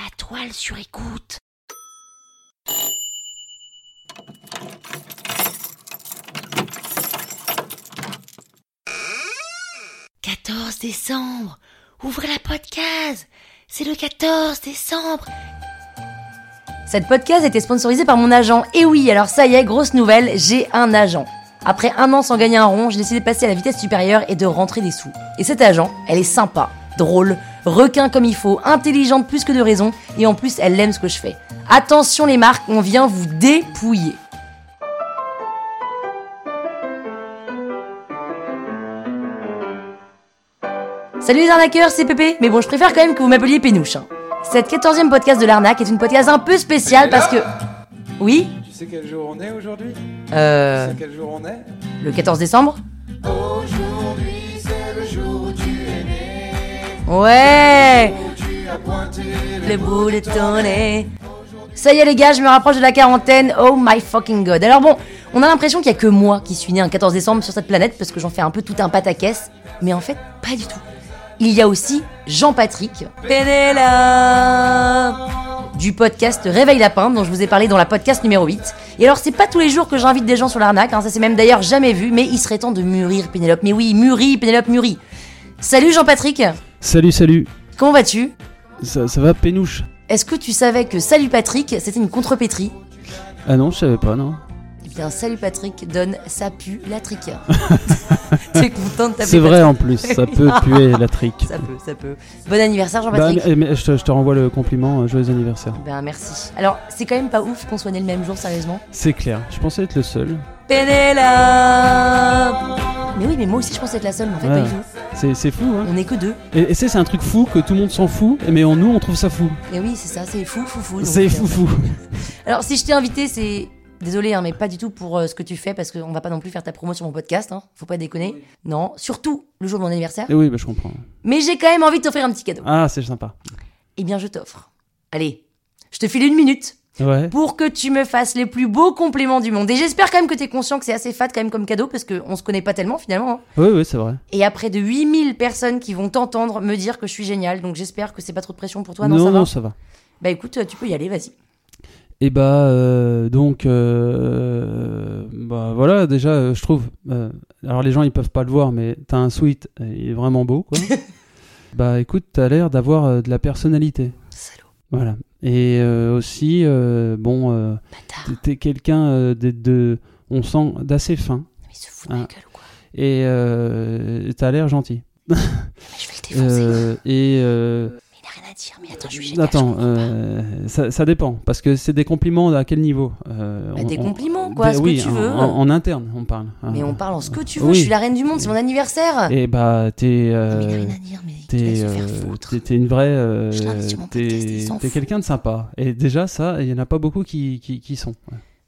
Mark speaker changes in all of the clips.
Speaker 1: étoiles sur écoute. « 14 décembre Ouvrez la podcast C'est le 14 décembre
Speaker 2: Cette podcast était sponsorisée par mon agent. Et oui, alors ça y est, grosse nouvelle, j'ai un agent. Après un an sans gagner un rond, j'ai décidé de passer à la vitesse supérieure et de rentrer des sous. Et cet agent, elle est sympa, drôle, requin comme il faut, intelligente plus que de raison, et en plus elle aime ce que je fais. Attention les marques, on vient vous dépouiller. Salut les arnaqueurs, c'est Pépé, mais bon je préfère quand même que vous m'appeliez Pénouche. hein. Cette 14e podcast de l'arnaque est une podcast un peu spéciale parce que... Oui
Speaker 3: Tu sais quel jour on est aujourd'hui Tu
Speaker 2: Euh...
Speaker 3: sais quel jour on est
Speaker 2: Le 14 décembre
Speaker 3: Aujourd'hui, c'est le jour où tu es né.
Speaker 2: Ouais
Speaker 3: Où tu as pointé
Speaker 2: Les boules de ton nez. Ça y est les gars, je me rapproche de la quarantaine. Oh my fucking god. Alors bon, on a l'impression qu'il y a que moi qui suis né un 14 décembre sur cette planète parce que j'en fais un peu tout un pataquès, mais en fait pas du tout. Il y a aussi Jean-Patrick Pénéla du podcast Réveil Lapin dont je vous ai parlé dans la podcast numéro 8. Et alors c'est pas tous les jours que j'invite des gens sur l'arnaque, hein, ça c'est même d'ailleurs jamais vu, mais il serait temps de mûrir Pénélope. Mais oui, mûris Pénélope, mûris. Salut Jean-Patrick,
Speaker 4: Salut, salut.
Speaker 2: comment vas-tu
Speaker 4: Ça, ça va, Pénouche
Speaker 2: Est-ce que tu savais que Salut Patrick, c'était une contrepétrie
Speaker 4: Ah non, je savais pas, non.
Speaker 2: Eh bien, Salut Patrick donne sa pu la trique. T'es content de t'appeler
Speaker 4: C'est vrai en plus, ça peut puer la trique.
Speaker 2: Patrick Ça peut, ça peut. Bon anniversaire,
Speaker 4: Bah,
Speaker 2: Jean-Patrick.
Speaker 4: mais- mais je, te, je te renvoie le compliment, euh, joyeux anniversaire.
Speaker 2: Ben, merci. Alors, c'est quand même pas ouf qu'on soit né le même jour, sérieusement.
Speaker 4: C'est clair, je pensais être le seul.
Speaker 2: Pénélope Mais oui, mais moi aussi, je pensais être la seule, mais en fait,
Speaker 4: Ouais.
Speaker 2: pas du tout.
Speaker 4: C'est c'est fou, hein
Speaker 2: On est que deux.
Speaker 4: Et, et c'est c'est un truc fou que tout le monde s'en fout, mais on, nous on trouve ça fou.
Speaker 2: Et oui, c'est ça, c'est fou, fou, fou. donc,
Speaker 4: C'est
Speaker 2: euh,
Speaker 4: fou, fou.
Speaker 2: Alors, si je t'ai invité, c'est. Désolé, hein, mais pas du tout pour euh, ce que tu fais, parce qu'on va pas non plus faire ta promo sur mon podcast, hein. faut pas déconner. Non, surtout le jour de mon anniversaire.
Speaker 4: Et oui, bah, je comprends.
Speaker 2: Mais j'ai quand même envie de t'offrir un petit cadeau.
Speaker 4: Ah, c'est sympa.
Speaker 2: Eh bien, je t'offre. Allez, je te file une minute
Speaker 4: Ouais.
Speaker 2: pour que tu me fasses les plus beaux compliments du monde. Et j'espère quand même que t'es conscient que c'est assez fat quand même comme cadeau parce qu'on se connaît pas tellement finalement. hein.
Speaker 4: Oui, oui, c'est vrai.
Speaker 2: Et après de 8000 personnes qui vont t'entendre me dire que je suis génial, donc j'espère que c'est pas trop de pression pour toi. Non,
Speaker 4: non,
Speaker 2: ça va
Speaker 4: ça va.
Speaker 2: Bah écoute, tu peux y aller, vas-y.
Speaker 4: Et bah, euh, donc, euh, bah voilà, déjà, euh, je trouve. euh, alors, les gens, ils peuvent pas le voir, mais t'as un sweat, euh, il est vraiment beau, quoi. bah, écoute, t'as l'air d'avoir euh, de la personnalité.
Speaker 2: Salaud,
Speaker 4: Voilà. Et euh, aussi, euh, bon, euh,
Speaker 2: bâtard.
Speaker 4: t'es- t'es quelqu'un euh, de, de- On sent d'assez fin.
Speaker 2: Mais il se fout de ma
Speaker 4: Ah.
Speaker 2: gueule ou quoi
Speaker 4: Et euh, t'as l'air gentil.
Speaker 2: Mais je vais le défoncer.
Speaker 4: Euh, et. euh,
Speaker 2: Mais il a rien à dire, mais attends, Ah, je suis génial.
Speaker 4: attends, euh, ça, ça dépend. Parce que c'est des compliments à quel niveau Euh,
Speaker 2: Bah,
Speaker 4: on-
Speaker 2: des
Speaker 4: on-
Speaker 2: compliments, quoi,
Speaker 4: des-
Speaker 2: ce que
Speaker 4: oui,
Speaker 2: tu
Speaker 4: en-
Speaker 2: veux.
Speaker 4: En, en interne, on parle.
Speaker 2: Mais
Speaker 4: Ah.
Speaker 2: on parle en ce que tu veux,
Speaker 4: Oui.
Speaker 2: je suis la reine du monde, c'est mon anniversaire.
Speaker 4: Et bah, t'es.
Speaker 2: Mais il a
Speaker 4: euh,
Speaker 2: rien à dire, mais il
Speaker 4: T'es
Speaker 2: va se faire
Speaker 4: euh,
Speaker 2: foutre.
Speaker 4: t'es- t'es une vraie. euh,
Speaker 2: Je l'invite sur mon
Speaker 4: t'es-
Speaker 2: podcast, il s'en
Speaker 4: T'es
Speaker 2: fout.
Speaker 4: quelqu'un de sympa. Et déjà, ça, il y en a pas beaucoup qui, qui, qui sont.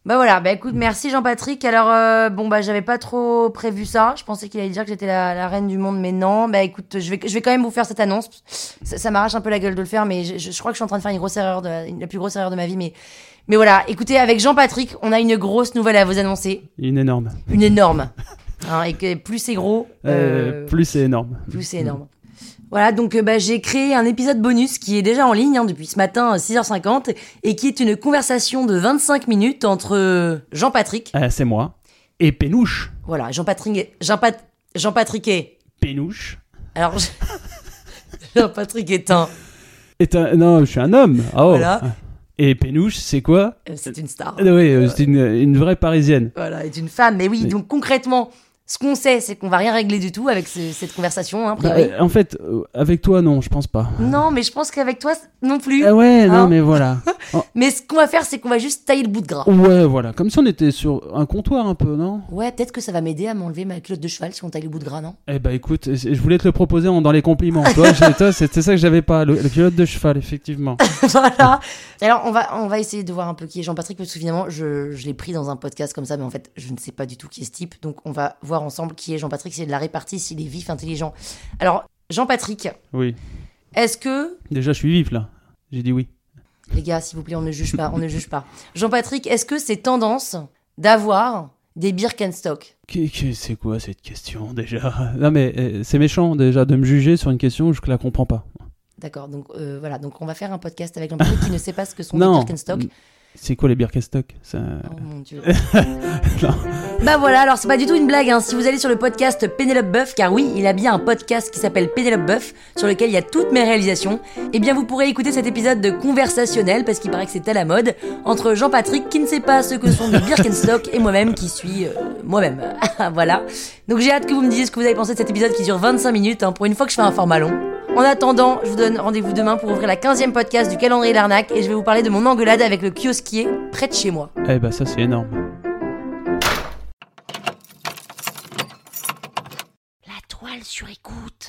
Speaker 2: Bah voilà, bah écoute, merci Jean-Patrick. Alors, euh, bon, bah j'avais pas trop prévu ça. Je pensais qu'il allait dire que j'étais la, la reine du monde, mais non. Bah écoute, je vais, je vais quand même vous faire cette annonce. Ça, ça m'arrache un peu la gueule de le faire, mais je, je- je crois que je suis en train de faire une grosse erreur, de, la- une- la plus grosse erreur de ma vie. Mais, mais voilà, écoutez, avec Jean-Patrick, on a une grosse nouvelle à vous annoncer.
Speaker 4: Une énorme.
Speaker 2: Une énorme. Hein, et que plus c'est gros,
Speaker 4: Euh,
Speaker 2: euh,
Speaker 4: plus c'est énorme.
Speaker 2: plus c'est énorme. Voilà, donc euh, bah, j'ai créé un épisode bonus qui est déjà en ligne hein, depuis ce matin à 6h50 et qui est une conversation de 25 minutes entre euh, Jean-Patrick,
Speaker 4: Euh, c'est moi. Et Pénouche.
Speaker 2: voilà, Jean-Patrick est- Jean-Pat- Jean-Patrick est...
Speaker 4: Pénouche.
Speaker 2: Alors, je- Jean-Patrick est un...
Speaker 4: Est un... Non, je suis un homme. Ah, Oh.
Speaker 2: Voilà.
Speaker 4: Et Pénouche, c'est quoi
Speaker 2: Euh, C'est une star.
Speaker 4: Ah, Oui, euh, c'est une, une vraie parisienne.
Speaker 2: Voilà, est une femme. Mais oui,
Speaker 4: Mais-
Speaker 2: donc concrètement, ce qu'on sait, c'est qu'on va rien régler du tout avec ce- cette conversation, hein, a
Speaker 4: Bah,
Speaker 2: priori.
Speaker 4: euh, en fait, euh, avec toi, non, je pense pas.
Speaker 2: Non, mais je pense qu'avec toi, c- non plus.
Speaker 4: Ah ouais,
Speaker 2: Hein
Speaker 4: non, mais voilà.
Speaker 2: Mais ce qu'on va faire, c'est qu'on va juste tailler le bout de gras.
Speaker 4: Ouais, voilà. Comme si on était sur un comptoir un peu, non
Speaker 2: Ouais, peut-être que ça va m'aider à m'enlever ma culotte de cheval si on taille le bout de gras, non
Speaker 4: Eh bah écoute, je je voulais te le proposer en- dans les compliments. Toi, j'ai- toi, c'était ça que j'avais pas, le, le culotte de cheval, effectivement.
Speaker 2: Voilà. Alors, on va, on va essayer de voir un peu qui est Jean-Patrick, parce que finalement, je, je l'ai pris dans un podcast comme ça, mais en fait, je ne sais pas du tout qui est ce type. Donc, on va voir ensemble qui est Jean-Patrick, s'il est de la répartie, s'il est vif, intelligent. Alors, Jean-Patrick,
Speaker 4: Oui.
Speaker 2: est-ce que.
Speaker 4: Déjà, je suis vif là. J'ai dit oui.
Speaker 2: Les gars, s'il vous plaît, on ne juge pas, on ne juge pas. Jean-Patrick, est-ce que c'est tendance d'avoir des Birkenstock
Speaker 4: Qu'est- qu'est- C'est quoi cette question déjà Non mais euh, c'est méchant déjà de me juger sur une question que je la comprends pas.
Speaker 2: D'accord. Donc euh, voilà. Donc on va faire un podcast avec Jean-Paul qui ne sait pas ce que sont les
Speaker 4: Non.
Speaker 2: Birkenstock.
Speaker 4: C'est quoi les Birkenstock Ça-
Speaker 2: Oh mon dieu.
Speaker 4: Non.
Speaker 2: Bah voilà, alors c'est pas du tout une blague. hein. Si vous allez sur le podcast Pénélope Boeuf, car oui, il a bien un podcast qui s'appelle Pénélope Boeuf, sur lequel il y a toutes mes réalisations, eh bien vous pourrez écouter cet épisode de conversationnel, parce qu'il paraît que c'est à la mode, entre Jean-Patrick qui ne sait pas ce que sont des Birkenstock et moi-même qui suis euh, moi-même. voilà. Donc j'ai hâte que vous me disiez ce que vous avez pensé de cet épisode qui dure 25 minutes, hein, pour une fois que je fais un format long. En attendant, je vous donne rendez-vous demain pour ouvrir la 15e podcast du calendrier de l'arnaque et je vais vous parler de mon engueulade avec le kiosquier près de chez moi.
Speaker 4: Eh ben ça c'est énorme.
Speaker 1: La toile sur écoute.